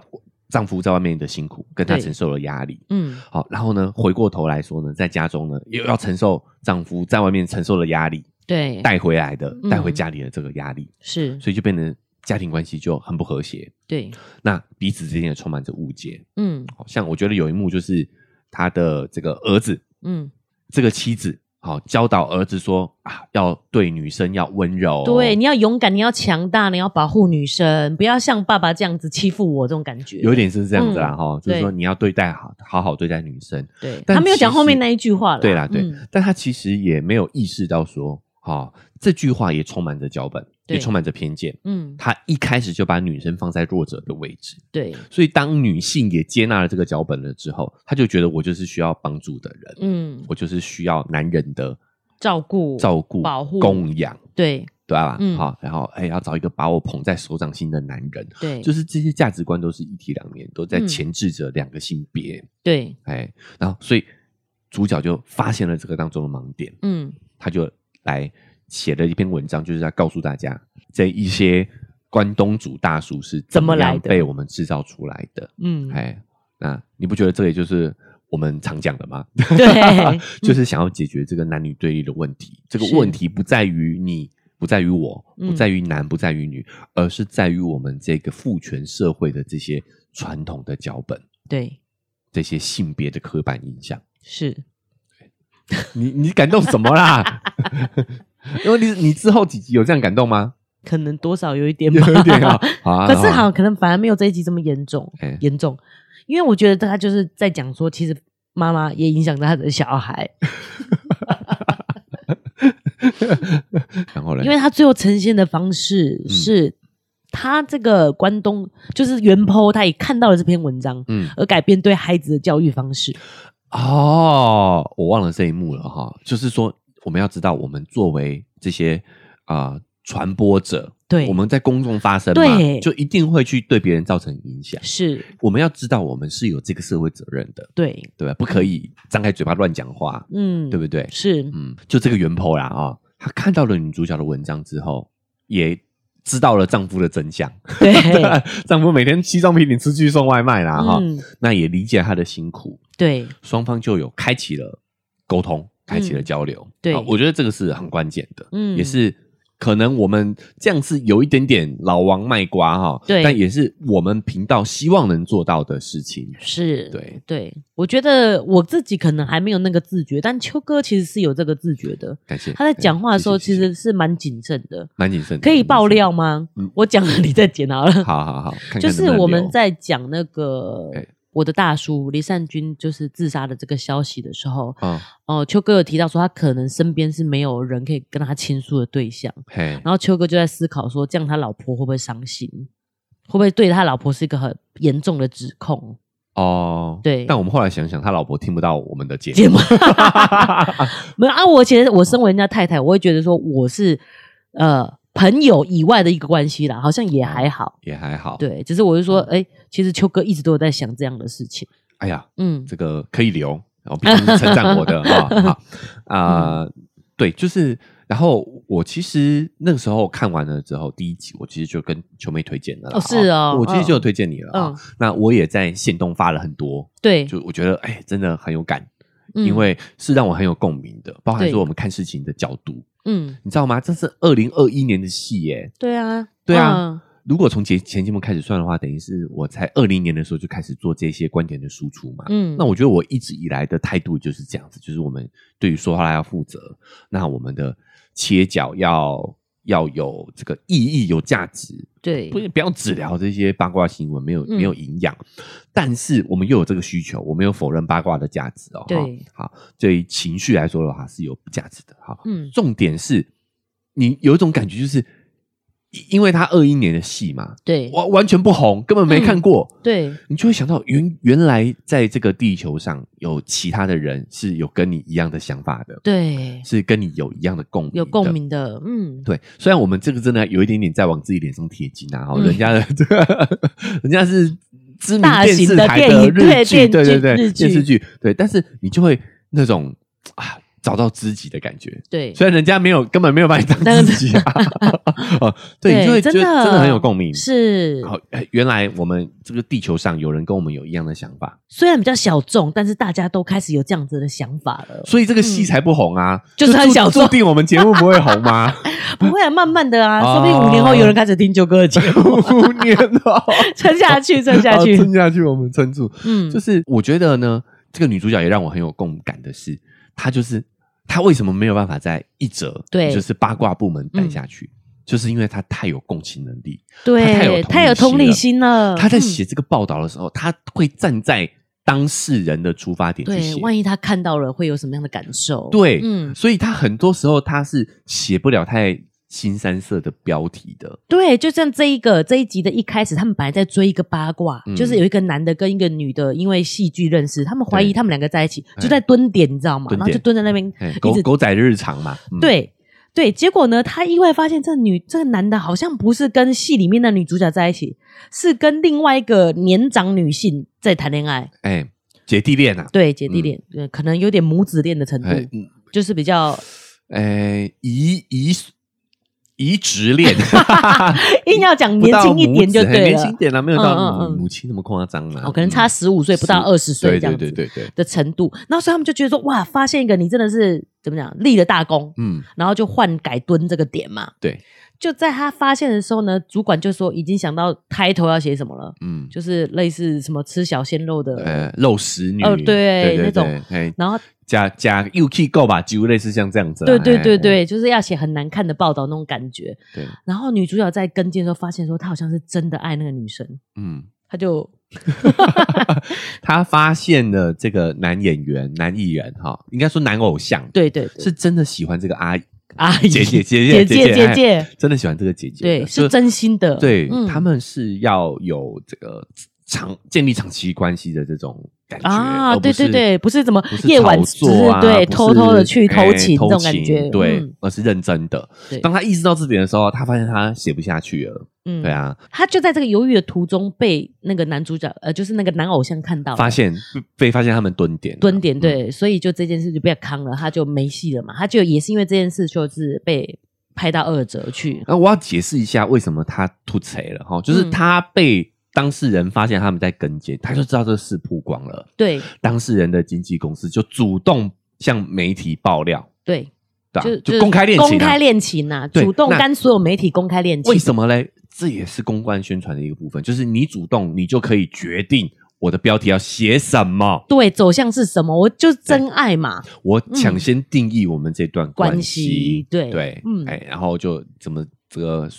Speaker 1: 丈夫在外面的辛苦，跟她
Speaker 2: 对
Speaker 1: 承受的压力。
Speaker 2: 嗯，
Speaker 1: 好，然后呢，回过头来说呢，在家中呢，又要承受丈夫在外面承受的压力，
Speaker 2: 对，
Speaker 1: 带回来的，
Speaker 2: 嗯
Speaker 1: 带回家里的这个压力，
Speaker 2: 是，
Speaker 1: 所以就变成家庭关系就很不和谐。
Speaker 2: 对，
Speaker 1: 那彼此之间也充满着误解。
Speaker 2: 嗯
Speaker 1: 好像我觉得有一幕就是他的这个儿子，
Speaker 2: 嗯，
Speaker 1: 这个妻子好教导儿子说啊，要对女生要温柔，
Speaker 2: 对，你要勇敢，你要强大，你要保护女生，不要像爸爸这样子欺负我这种感觉。
Speaker 1: 有点是这样子啦
Speaker 2: 嗯
Speaker 1: 哈、就是说
Speaker 2: 对
Speaker 1: 你要对待好好好对待女生，
Speaker 2: 对，
Speaker 1: 但
Speaker 2: 他没有讲
Speaker 1: 其实
Speaker 2: 后面那一句话了。
Speaker 1: 对啦对、
Speaker 2: 嗯
Speaker 1: 但他其实也没有意识到说，好、这句话也充满着脚本，也
Speaker 2: 对
Speaker 1: 充满着偏见。
Speaker 2: 嗯，
Speaker 1: 他一开始就把女生放在弱者的位置，
Speaker 2: 对，
Speaker 1: 所以当女性也接纳了这个脚本了之后，他就觉得我就是需要帮助的人，
Speaker 2: 嗯，
Speaker 1: 我就是需要男人的
Speaker 2: 照顾，
Speaker 1: 照顾、
Speaker 2: 保护
Speaker 1: 供养，
Speaker 2: 对
Speaker 1: 对吧？
Speaker 2: 嗯
Speaker 1: 好，然后哎，要找一个把我捧在手掌心的男人，
Speaker 2: 对，
Speaker 1: 就是是这些价值观都是一体两面，都在
Speaker 2: 嗯
Speaker 1: 前置着两个性别。
Speaker 2: 对，
Speaker 1: 哎，然后所以主角就发现了这个当中的盲点，
Speaker 2: 嗯，
Speaker 1: 他就来写了一篇文章，就是在告诉大家这一些关东煮大叔是
Speaker 2: 怎么
Speaker 1: 样
Speaker 2: 来的
Speaker 1: 被我们制造出来的。
Speaker 2: 嗯，
Speaker 1: 哎，那你不觉得这也就是我们常讲的吗？
Speaker 2: 对
Speaker 1: 就是想要解决这个男女对立的问题。这个
Speaker 2: 是
Speaker 1: 问题不在于你，不在于我，
Speaker 2: 嗯
Speaker 1: 不在于男，不在于女，而是在于我们这个父权社会的这些传统的脚本，
Speaker 2: 嗯对，
Speaker 1: 这些性别的刻板印象。
Speaker 2: 是，
Speaker 1: 你你感动什么啦？ 因为你你之后几集有这样感动吗？
Speaker 2: 可能多少有一点吧，
Speaker 1: 有一点 啊，好啊
Speaker 2: 可是，
Speaker 1: 啊
Speaker 2: 好，可能反而没有这一集这么严重
Speaker 1: 哎，
Speaker 2: 严重，因为我觉得他就是在讲说，其实妈妈也影响到他的小孩，
Speaker 1: 然后呢
Speaker 2: 因？为他最后呈现的方
Speaker 1: 嗯
Speaker 2: 式是，他这个关东就是袁坡，他也看到了这篇文章，
Speaker 1: 嗯，
Speaker 2: 而改变对孩子的教育方式。
Speaker 1: 哦，我忘了这一幕了哈。就是说，我们要知道，我们作为这些啊、传播者，
Speaker 2: 对，
Speaker 1: 我们在公众发声嘛
Speaker 2: 对，
Speaker 1: 就一定会去对别人造成影响。
Speaker 2: 是
Speaker 1: 我们要知道，我们是有这个社会责任的，
Speaker 2: 对，
Speaker 1: 对吧？不可以张开嘴巴乱讲话，
Speaker 2: 嗯，
Speaker 1: 对不对？
Speaker 2: 是，
Speaker 1: 嗯，就这个原 po 啦啊、她看到了女主角的文章之后，也知道了丈夫的真相。
Speaker 2: 对，
Speaker 1: 丈夫每天西装笔挺出去送外卖啦啊哈、
Speaker 2: 哎嗯，
Speaker 1: 那也理解她的辛苦，
Speaker 2: 对，
Speaker 1: 双方就有开启了沟通，开启了交流。
Speaker 2: 嗯对
Speaker 1: 啊我觉得这个是很关键的，
Speaker 2: 嗯，
Speaker 1: 也是。可能我们这样是有一点点老王卖瓜哈，
Speaker 2: 对
Speaker 1: 但也是我们频道希望能做到的事情。
Speaker 2: 是，
Speaker 1: 对
Speaker 2: 对，我觉得我自己可能还没有那个自觉，但秋哥其实是有这个自觉的。
Speaker 1: 感谢
Speaker 2: 他在讲话的时候
Speaker 1: 嗯谢
Speaker 2: 其
Speaker 1: 谢
Speaker 2: 实是蛮谨慎的，
Speaker 1: 蛮谨慎的，
Speaker 2: 可以爆料吗
Speaker 1: 嗯？
Speaker 2: 我讲了，你再剪好了。
Speaker 1: 好好好，看看
Speaker 2: 就
Speaker 1: 能
Speaker 2: 是
Speaker 1: 不能
Speaker 2: 我们
Speaker 1: 留
Speaker 2: 在讲那个
Speaker 1: 哎
Speaker 2: 我的大叔黎善君就是自杀的这个消息的时候，
Speaker 1: 啊、
Speaker 2: 哦，秋哥有提到说他可能身边是没有人可以跟他倾诉的对象，
Speaker 1: 嘿，
Speaker 2: 然后秋哥就在思考说，这样他老婆会不会伤心，会不会对他老婆是一个很严重的指控？
Speaker 1: 哦，
Speaker 2: 对
Speaker 1: 但我们后来想想，他老婆听不到我们的节
Speaker 2: 节
Speaker 1: 目
Speaker 2: 目，没有啊，我其实我身为人家太太，我会觉得说我是呃朋友以外的一个关系啦，好像也还好。
Speaker 1: 也还好。，
Speaker 2: 对，只是我是说，
Speaker 1: 哦
Speaker 2: 哎、其实秋哥一直都有在想这样的事情。
Speaker 1: 哎呀，
Speaker 2: 嗯，
Speaker 1: 这个可以留，我毕竟是称赞 我的啊。好啊、
Speaker 2: 嗯
Speaker 1: 对，就是，然后我其实那个时候看完了之后，第一集我其实就跟球妹推荐了啦，
Speaker 2: 哦是哦
Speaker 1: 我其实就有推荐你了啊、
Speaker 2: 嗯
Speaker 1: 那我也在线动发了很多，
Speaker 2: 对，
Speaker 1: 就我觉得哎，真的很有感。
Speaker 2: 嗯
Speaker 1: 因为是让我很有共鸣的，包含
Speaker 2: 对
Speaker 1: 说我们看事情的角度，
Speaker 2: 嗯，
Speaker 1: 你知道吗？这是二零二一年的戏耶，
Speaker 2: 对啊，
Speaker 1: 对啊如果从前前节目开始算的话，等于是我才二零年的时候就开始做这些观点的输出嘛。
Speaker 2: 嗯，嗯，
Speaker 1: 那我觉得我一直以来的态度就是这样子，就是我们对于说话要负责，那我们的切角要要有这个意义、有价值，
Speaker 2: 对
Speaker 1: 不不要只聊这些八卦新闻，没有
Speaker 2: 嗯
Speaker 1: 没有营养。但是我们又有这个需求，我没有否认八卦的价值哦。
Speaker 2: 对
Speaker 1: 哈，好，对于情绪来说的话是有价值的。好，
Speaker 2: 嗯
Speaker 1: 重点是你有一种感觉，就是因因为他二一年的戏嘛，
Speaker 2: 对
Speaker 1: 完完全不红，根本没
Speaker 2: 嗯
Speaker 1: 看过，
Speaker 2: 对
Speaker 1: 你就会想到原原来在这个地球上有其他的人是有跟你一样的想法的，
Speaker 2: 对，
Speaker 1: 是跟你有一样的共鸣的
Speaker 2: 有共。鸣的，嗯，
Speaker 1: 对，虽然我们这个真的有一点点在往自己脸上贴金啊，哈、
Speaker 2: 嗯
Speaker 1: 人家的这个，人家是知名
Speaker 2: 大
Speaker 1: 电
Speaker 2: 型
Speaker 1: 视
Speaker 2: 的
Speaker 1: 台
Speaker 2: 电
Speaker 1: 的
Speaker 2: 影
Speaker 1: 日
Speaker 2: 对
Speaker 1: 剧，
Speaker 2: 电
Speaker 1: 对对
Speaker 2: 剧
Speaker 1: 对，
Speaker 2: 日
Speaker 1: 电视
Speaker 2: 剧
Speaker 1: 剧，对，但是你就会那种啊，找到知己的感觉，
Speaker 2: 对，
Speaker 1: 虽然人家没有根本没有把你当自 己啊，哦，对，你就会觉
Speaker 2: 真
Speaker 1: 得
Speaker 2: 的
Speaker 1: 真的很有共鸣。
Speaker 2: 是，
Speaker 1: 好，哎原来我们这个地球上有人跟我们有一样的想法，
Speaker 2: 虽然比较小众，但是大家都开始有这样子的想法了。
Speaker 1: 所以这个戏才不红啊，
Speaker 2: 嗯 就是很
Speaker 1: 注
Speaker 2: 小众
Speaker 1: 注定我们节目不会红 吗？
Speaker 2: 不会啊，慢慢的啊，
Speaker 1: 哦
Speaker 2: 说不定五年后有人开始听九哥的节 目，
Speaker 1: 五年了，
Speaker 2: 撑下去， 撑下去
Speaker 1: 哦好，撑下去，我们撑住。
Speaker 2: 嗯
Speaker 1: 就，是我觉得呢，这个女主角也让我很有共感的是，她就是。他为什么没有办法在一折，
Speaker 2: 对嗯
Speaker 1: 就是八卦部门待下去，就是因为他太有共情能力，
Speaker 2: 对，太
Speaker 1: 太
Speaker 2: 有
Speaker 1: 有
Speaker 2: 同
Speaker 1: 同
Speaker 2: 理
Speaker 1: 理
Speaker 2: 心
Speaker 1: 心
Speaker 2: 了。
Speaker 1: 他在
Speaker 2: 嗯
Speaker 1: 写这个报道的时候，他会站在当事人的出发点去
Speaker 2: 对，
Speaker 1: 写。
Speaker 2: 万一他看到了会有什么样的感受？
Speaker 1: 对，
Speaker 2: 嗯，
Speaker 1: 所以他很多时候他是写不了太新三色的标题的。
Speaker 2: 对，就像这一个这一集的一开始，他们本来在追一个八卦，
Speaker 1: 嗯
Speaker 2: 就是有一个男的跟一个女的因为戏剧认识，他们怀疑
Speaker 1: 对
Speaker 2: 他们两个在一起，
Speaker 1: 哎
Speaker 2: 就在蹲点，你知道吗？
Speaker 1: 蹲
Speaker 2: 然后就
Speaker 1: 点
Speaker 2: 蹲在那边
Speaker 1: 哎，
Speaker 2: 一
Speaker 1: 狗
Speaker 2: 直
Speaker 1: 狗仔日常嘛，嗯，
Speaker 2: 对对，结果呢，他意外发现这女这个男的好像不是跟戏里面的女主角在一起，是跟另外一个年长女性在谈恋爱，
Speaker 1: 哎，姐弟恋啊，
Speaker 2: 对姐弟恋，对，可能有点母子恋的程度，
Speaker 1: 哎，嗯
Speaker 2: 就是比较
Speaker 1: 哎，移移移植 恋，
Speaker 2: 硬要讲
Speaker 1: 不
Speaker 2: 年
Speaker 1: 到
Speaker 2: 轻一
Speaker 1: 母
Speaker 2: 点
Speaker 1: 子
Speaker 2: 就
Speaker 1: 哎
Speaker 2: 对
Speaker 1: 年轻一
Speaker 2: 了，
Speaker 1: 点啦，没有
Speaker 2: 嗯
Speaker 1: 到
Speaker 2: 嗯嗯
Speaker 1: 母母亲那么夸张啦，
Speaker 2: 哦，可能差
Speaker 1: 嗯
Speaker 2: 十五岁不到
Speaker 1: 是
Speaker 2: 二十岁
Speaker 1: 对
Speaker 2: 这样
Speaker 1: 对
Speaker 2: 子
Speaker 1: 对对对，
Speaker 2: 的程度，那所以他们就觉得说，哇，发现一个你真的是怎么讲立了大功，
Speaker 1: 嗯，
Speaker 2: 然后就换改蹲这个点嘛。
Speaker 1: 对，
Speaker 2: 就在他发现的时候呢，主管就说已经想到开头要写什么了，
Speaker 1: 嗯，
Speaker 2: 就是类似什么吃小鲜肉的，
Speaker 1: 呃，肉食女，
Speaker 2: 哦对那种，
Speaker 1: 哎，
Speaker 2: 然后
Speaker 1: 加加 UK 够吧，几乎类似像这样子啦，
Speaker 2: 对对对
Speaker 1: 哎
Speaker 2: 对，就是要写很难看的报道那种感觉。
Speaker 1: 对，
Speaker 2: 然后女主角在跟进的时候发现说，她好像是真的爱那个女生，
Speaker 1: 嗯。
Speaker 2: 她就
Speaker 1: 他发现了这个男演员、男艺人哈，应该说男偶像，，
Speaker 2: 对对对
Speaker 1: 是真的喜欢这个阿姨、
Speaker 2: 阿姨
Speaker 1: 姐姐、姐姐、
Speaker 2: 姐姐姐
Speaker 1: 哎
Speaker 2: 姐，
Speaker 1: 真的喜欢这个姐姐的，
Speaker 2: 对，
Speaker 1: 就是
Speaker 2: 真心的，
Speaker 1: 对、
Speaker 2: 嗯
Speaker 1: 他们是要有这个长建立长期关系的这种感觉
Speaker 2: 啊，
Speaker 1: 而不
Speaker 2: 对
Speaker 1: 是
Speaker 2: 对对，不是怎么
Speaker 1: 不是
Speaker 2: 夜晚
Speaker 1: 炒
Speaker 2: 只是
Speaker 1: 作啊，
Speaker 2: 对
Speaker 1: 不是
Speaker 2: 偷偷的去
Speaker 1: 哎
Speaker 2: 偷情这
Speaker 1: 偷
Speaker 2: 种感觉，
Speaker 1: 对、
Speaker 2: 嗯
Speaker 1: 而是认真的
Speaker 2: 对。
Speaker 1: 当他意识到这点的时候，他发现他写不下去了，
Speaker 2: 嗯
Speaker 1: 对。啊，
Speaker 2: 他就在这个犹豫的途中被那个男主角，呃，就是那个男偶像看到了
Speaker 1: 发现被被发现他们蹲点了，
Speaker 2: 蹲点，
Speaker 1: 嗯，
Speaker 2: 对，所以就这件事就被坑了，他就没戏了嘛。他就也是因为这件事，就是被拍到二折去。
Speaker 1: 那我要解释一下为什么他吐槽了哈，就是
Speaker 2: 嗯
Speaker 1: 他被当事人发现他们在跟进，他就知道这事曝光了，
Speaker 2: 对
Speaker 1: 当事人的经纪公司就主动向媒体爆料，
Speaker 2: 对，
Speaker 1: 对吧、
Speaker 2: 就
Speaker 1: 就公开恋情、啊，
Speaker 2: 公开恋情呐，
Speaker 1: 对
Speaker 2: 主动
Speaker 1: 那
Speaker 2: 跟所有媒体公开恋情。
Speaker 1: 为什么嘞？这也是公关宣传的一个部分，就是你主动，你就可以决定我的标题要写什么，
Speaker 2: 对，走向是什么？我就是真爱嘛，
Speaker 1: 我抢先定义我们这段
Speaker 2: 嗯关系
Speaker 1: 系，
Speaker 2: 对
Speaker 1: 对，
Speaker 2: 嗯
Speaker 1: 哎，然后就怎么这个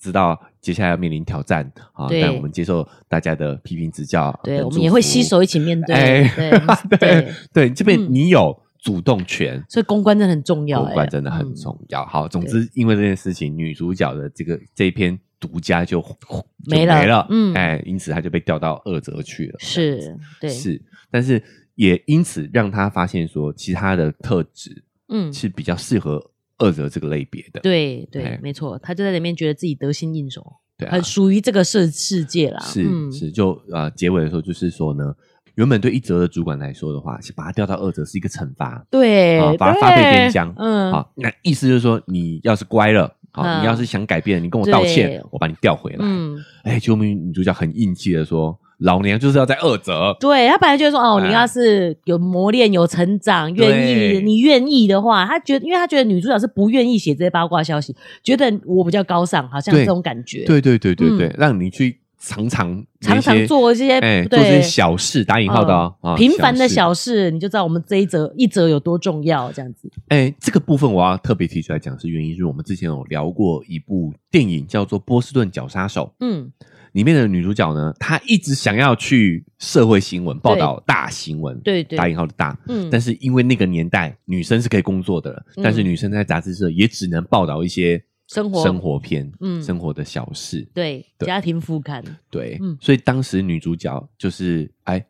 Speaker 1: 知道接下来要面临挑战啊？
Speaker 2: 对
Speaker 1: 但我们接受大家的批评指教，
Speaker 2: 对，
Speaker 1: 跟
Speaker 2: 我们
Speaker 1: 祝
Speaker 2: 也会
Speaker 1: 福
Speaker 2: 携手一起面对。
Speaker 1: 哎
Speaker 2: 对对
Speaker 1: 对，对，这边
Speaker 2: 嗯
Speaker 1: 你有主动权。
Speaker 2: 所以公关真的很重要、
Speaker 1: 公
Speaker 2: 哎
Speaker 1: 关真的很
Speaker 2: 嗯
Speaker 1: 重要。好，总之因为这件事情，女主角的这个这一篇独家就就
Speaker 2: 没了
Speaker 1: 没了，
Speaker 2: 嗯
Speaker 1: 哎，因此她就被调到二折去了。
Speaker 2: 是，对，
Speaker 1: 是，但是也因此让她发现说，其他的特质
Speaker 2: 嗯，
Speaker 1: 是比较适合二折这个类别的。
Speaker 2: 对对
Speaker 1: 哎，
Speaker 2: 没错，他就在里面觉得自己得心应手，
Speaker 1: 对啊
Speaker 2: 很，属于这个世世界啦。
Speaker 1: 是
Speaker 2: 嗯
Speaker 1: 是，就呃结尾的时候就是说呢，原本对一折的主管来说的话，是把他调到二折是一个惩罚，
Speaker 2: 对
Speaker 1: 啊，把它
Speaker 2: 对
Speaker 1: 发配边疆
Speaker 2: 嗯，
Speaker 1: 好，那意思就是说，你要是乖了，好，
Speaker 2: 嗯
Speaker 1: 你要是想改变，你跟我道
Speaker 2: 对
Speaker 1: 歉，我把你调回来。
Speaker 2: 嗯，
Speaker 1: 哎，救命！女主角很硬气的说：“老娘就是要在二折。
Speaker 2: 对他本来就得说，哦，
Speaker 1: 哎
Speaker 2: 你要是有磨练、有成长，愿意，
Speaker 1: 对
Speaker 2: 你愿意的话，他觉得，因为他觉得女主角是不愿意写这些八卦消息，觉得我比较高尚，好像
Speaker 1: 对
Speaker 2: 这种感”觉，
Speaker 1: 对对对对对
Speaker 2: 嗯，
Speaker 1: 让你去尝尝
Speaker 2: 常
Speaker 1: 那
Speaker 2: 常
Speaker 1: 些
Speaker 2: 做一些
Speaker 1: 哎做这些
Speaker 2: 对
Speaker 1: 小事打引号的哦
Speaker 2: 嗯
Speaker 1: 啊
Speaker 2: 平凡的
Speaker 1: 事
Speaker 2: 小事，你就知道我们这一则一则有多重要，这样子。
Speaker 1: 哎，这个部分我要特别提出来讲，是原因是我们之前有聊过一部电影叫做《波士顿绞杀手
Speaker 2: 嗯，》，
Speaker 1: 里面的女主角呢，她一直想要去社会新闻报道大新闻，
Speaker 2: 对对
Speaker 1: 打引号的大，
Speaker 2: 嗯，
Speaker 1: 但是因为那个年代女生是可以工作的了，
Speaker 2: 嗯
Speaker 1: 但是女生在杂志社也只能报道一些
Speaker 2: 生活
Speaker 1: 生活片，
Speaker 2: 嗯
Speaker 1: 生活的小事，
Speaker 2: 对
Speaker 1: 对
Speaker 2: 家庭副刊，
Speaker 1: 对，
Speaker 2: 嗯
Speaker 1: 所以当时女主角就是哎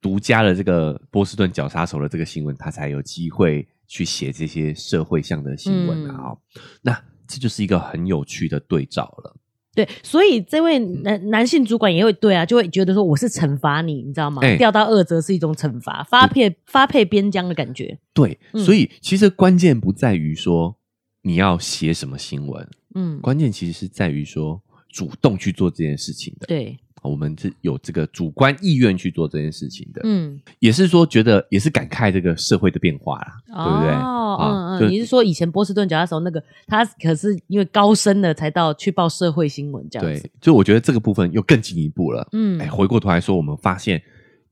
Speaker 1: 独家了这个波士顿绞杀手的这个新闻，她才有机会去写这些社会上的新闻
Speaker 2: 嗯
Speaker 1: 啊、哦那这就是一个很有趣的对照了。
Speaker 2: 对，所以这位
Speaker 1: 嗯
Speaker 2: 男男性主管也会对啊，就会觉得说我是惩罚你，你知道吗？
Speaker 1: 哎
Speaker 2: 掉到二折是一种惩罚，发配发配边疆的感觉。
Speaker 1: 对，
Speaker 2: 嗯
Speaker 1: 所以其实关键不在于说你要写什么新闻，
Speaker 2: 嗯，
Speaker 1: 关键其实是在于说主动去做这件事情的。哦
Speaker 2: 对，
Speaker 1: 我们是有这个主观意愿去做这件事情的，
Speaker 2: 嗯，
Speaker 1: 也是说觉得也是感慨这个社会的变化啦，对不对？
Speaker 2: 哦，
Speaker 1: 啊
Speaker 2: 嗯
Speaker 1: 就
Speaker 2: 嗯，你是说以前波士顿脚踏手那个，他可是因为高升了才到去报社会新闻这样
Speaker 1: 对
Speaker 2: 子。，
Speaker 1: 就我觉得这个部分又更进一步了。
Speaker 2: 嗯
Speaker 1: 哎，，回过头来说，我们发现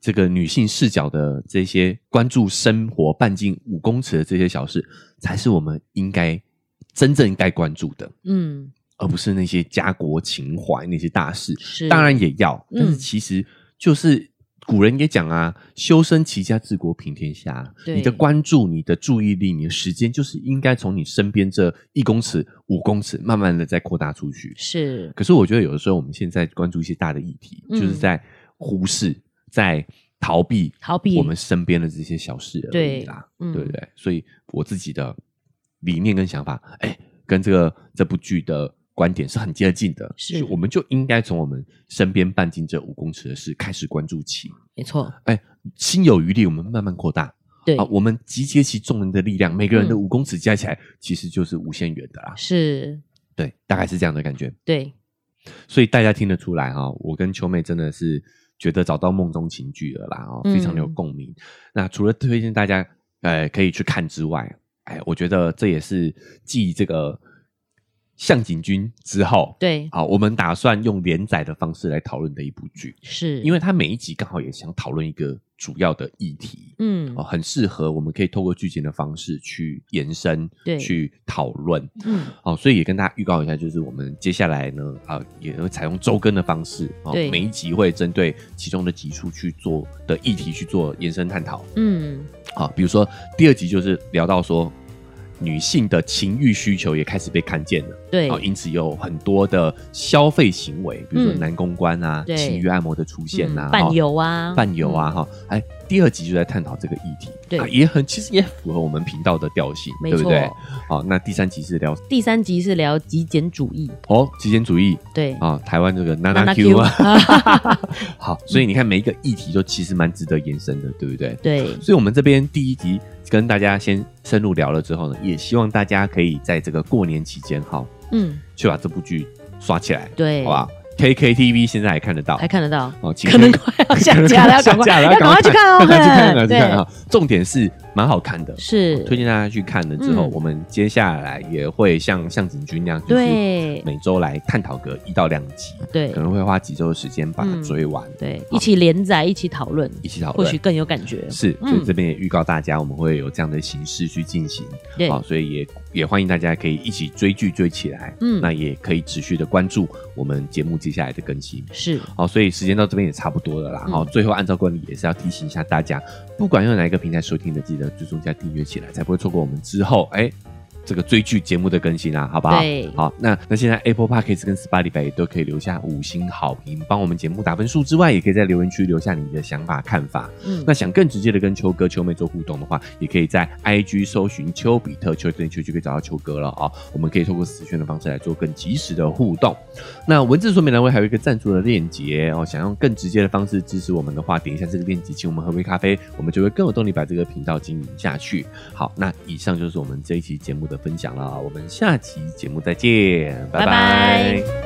Speaker 1: 这个女性视角的这些关注生活半径五公尺的这些小事，才是我们应该真正该关注的，
Speaker 2: 嗯，
Speaker 1: 而不是那些家国情怀那些大事。
Speaker 2: 是，
Speaker 1: 当然也要，但是
Speaker 2: 嗯
Speaker 1: 其实就是古人也讲啊，修身齐家治国平天下。啊
Speaker 2: 对
Speaker 1: 你的关注、你的注意力、你的时间，就是应该从你身边这一公尺、五公尺，慢慢的再扩大出去。
Speaker 2: 是，
Speaker 1: 可是我觉得有的时候我们现在关注一些大的议题，
Speaker 2: 嗯
Speaker 1: 就是在忽视、在逃避
Speaker 2: 逃避
Speaker 1: 我们身边的这些小事而已啦，
Speaker 2: 对嗯
Speaker 1: 对不对？所以我自己的理念跟想法，哎，跟这个这部剧的。观点是很接近的，
Speaker 2: 是
Speaker 1: 就我们就应该从我们身边半径这五公尺的事开始关注起，哎
Speaker 2: 没错，
Speaker 1: 心有余力，我们慢慢扩大
Speaker 2: 对，
Speaker 1: 啊。我们集结其众人的力量，每个人的
Speaker 2: 嗯
Speaker 1: 五公尺加起来，其实就是无限远的啦。
Speaker 2: 是，
Speaker 1: 对，大概是这样的感觉。
Speaker 2: 对，
Speaker 1: 所以大家听得出来哈、我跟秋妹真的是觉得找到梦中情剧了啦，哦，
Speaker 2: 嗯
Speaker 1: 非常的有共鸣。那除了推荐大家呃可以去看之外，哎，我觉得这也是继这个向井君之后，
Speaker 2: 对，
Speaker 1: 好，我们打算用连载的方式来讨论的一部剧，
Speaker 2: 是，
Speaker 1: 因为它每一集刚好也想讨论一个主要的议题。
Speaker 2: 嗯
Speaker 1: 哦，很适合我们可以透过剧情的方式去延伸，
Speaker 2: 对
Speaker 1: 去讨论。
Speaker 2: 嗯，
Speaker 1: 哦，所以也跟大家预告一下，就是我们接下来呢，啊、也会采用周更的方式，哦，
Speaker 2: 对
Speaker 1: 每一集会针对其中的集数去做的议题去做延伸探讨。
Speaker 2: 嗯，
Speaker 1: 好、比如说第二集就是聊到说，女性的情欲需求也开始被看见了，
Speaker 2: 对
Speaker 1: 哦，，因此有很多的消费行为，比如说
Speaker 2: 嗯
Speaker 1: 男公关啊、
Speaker 2: 对
Speaker 1: 情欲按摩的出现
Speaker 2: 嗯
Speaker 1: 啊，
Speaker 2: 伴
Speaker 1: 哦
Speaker 2: 游啊，
Speaker 1: 伴游啊，哈、哎，第二集就在探讨这个议题，
Speaker 2: 对
Speaker 1: 啊也很其实也符合我们频道的调性，
Speaker 2: 嗯，没
Speaker 1: 对
Speaker 2: 错
Speaker 1: 不。对？好、那第三集是聊
Speaker 2: 嗯第三集是聊极简主义，
Speaker 1: 哦极简主义，
Speaker 2: 对，
Speaker 1: 啊，台湾这个
Speaker 2: n a
Speaker 1: Nana Q
Speaker 2: Q，
Speaker 1: 啊， 好，所以你看每一个议题都其实蛮值得延伸的，对不对？
Speaker 2: 对，
Speaker 1: 所以我们这边第一集跟大家先深入聊了之后呢，也希望大家可以在这个过年期间哈，
Speaker 2: 嗯，
Speaker 1: 去把这部剧刷起来，
Speaker 2: 对，
Speaker 1: 好不好？KKTV 现在还看得到
Speaker 2: 还，看得到，
Speaker 1: 哦，请
Speaker 2: 可能快要下架了，要赶
Speaker 1: 下
Speaker 2: 快
Speaker 1: 架了，
Speaker 2: 要赶快去看哦，
Speaker 1: 要赶快去看，
Speaker 2: 对
Speaker 1: 赶快去看啊！重点是蛮好看的
Speaker 2: 对，是，
Speaker 1: 推荐大家去看了之后，
Speaker 2: 嗯
Speaker 1: 我们接下来也会像向井君那样，就是
Speaker 2: 对
Speaker 1: 每周来探讨个一到两集。
Speaker 2: 对嗯
Speaker 1: 可能会花几周的时间把它追完，
Speaker 2: 对，一起连载，一起讨论，
Speaker 1: 一起讨
Speaker 2: 或许
Speaker 1: 论。
Speaker 2: 更有感觉，
Speaker 1: 是，
Speaker 2: 嗯
Speaker 1: 所以这边也预告大家，我们会有这样的形式去进行，
Speaker 2: 对，
Speaker 1: 好，所以也也欢迎大家可以一起追剧追起来，
Speaker 2: 嗯
Speaker 1: 那也可以持续的关注我们节目接下来的更新。
Speaker 2: 是，
Speaker 1: 好，哦所以时间到这边也差不多了啦。
Speaker 2: 嗯
Speaker 1: 好、最后按照惯例也是要提醒一下大家，不管用哪一个平台收听的，记得追踪加订阅起来，才不会错过我们之后哎、这个追剧节目的更新啊，好不好？
Speaker 2: 对
Speaker 1: 好，那那现在 Apple Podcast 跟 Spotify 也都可以留下五星好评，帮我们节目打分数之外，也可以在留言区留下你的想法看法。
Speaker 2: 嗯
Speaker 1: 那，想更直接的跟秋哥、秋妹做互动的话，也可以在 IG 搜寻丘比特丘这秋就可以找到秋哥了啊、我们可以透过私讯的方式来做更及时的互动。那文字说明栏位还有一个赞助的链接哦，想用更直接的方式支持我们的话，点一下这个链接，哦请我们喝杯咖啡，我们就会更有动力把这个频道经营下去。好，那以上就是我们这一期节目的分享了，我们下期节目再见，拜
Speaker 2: 拜拜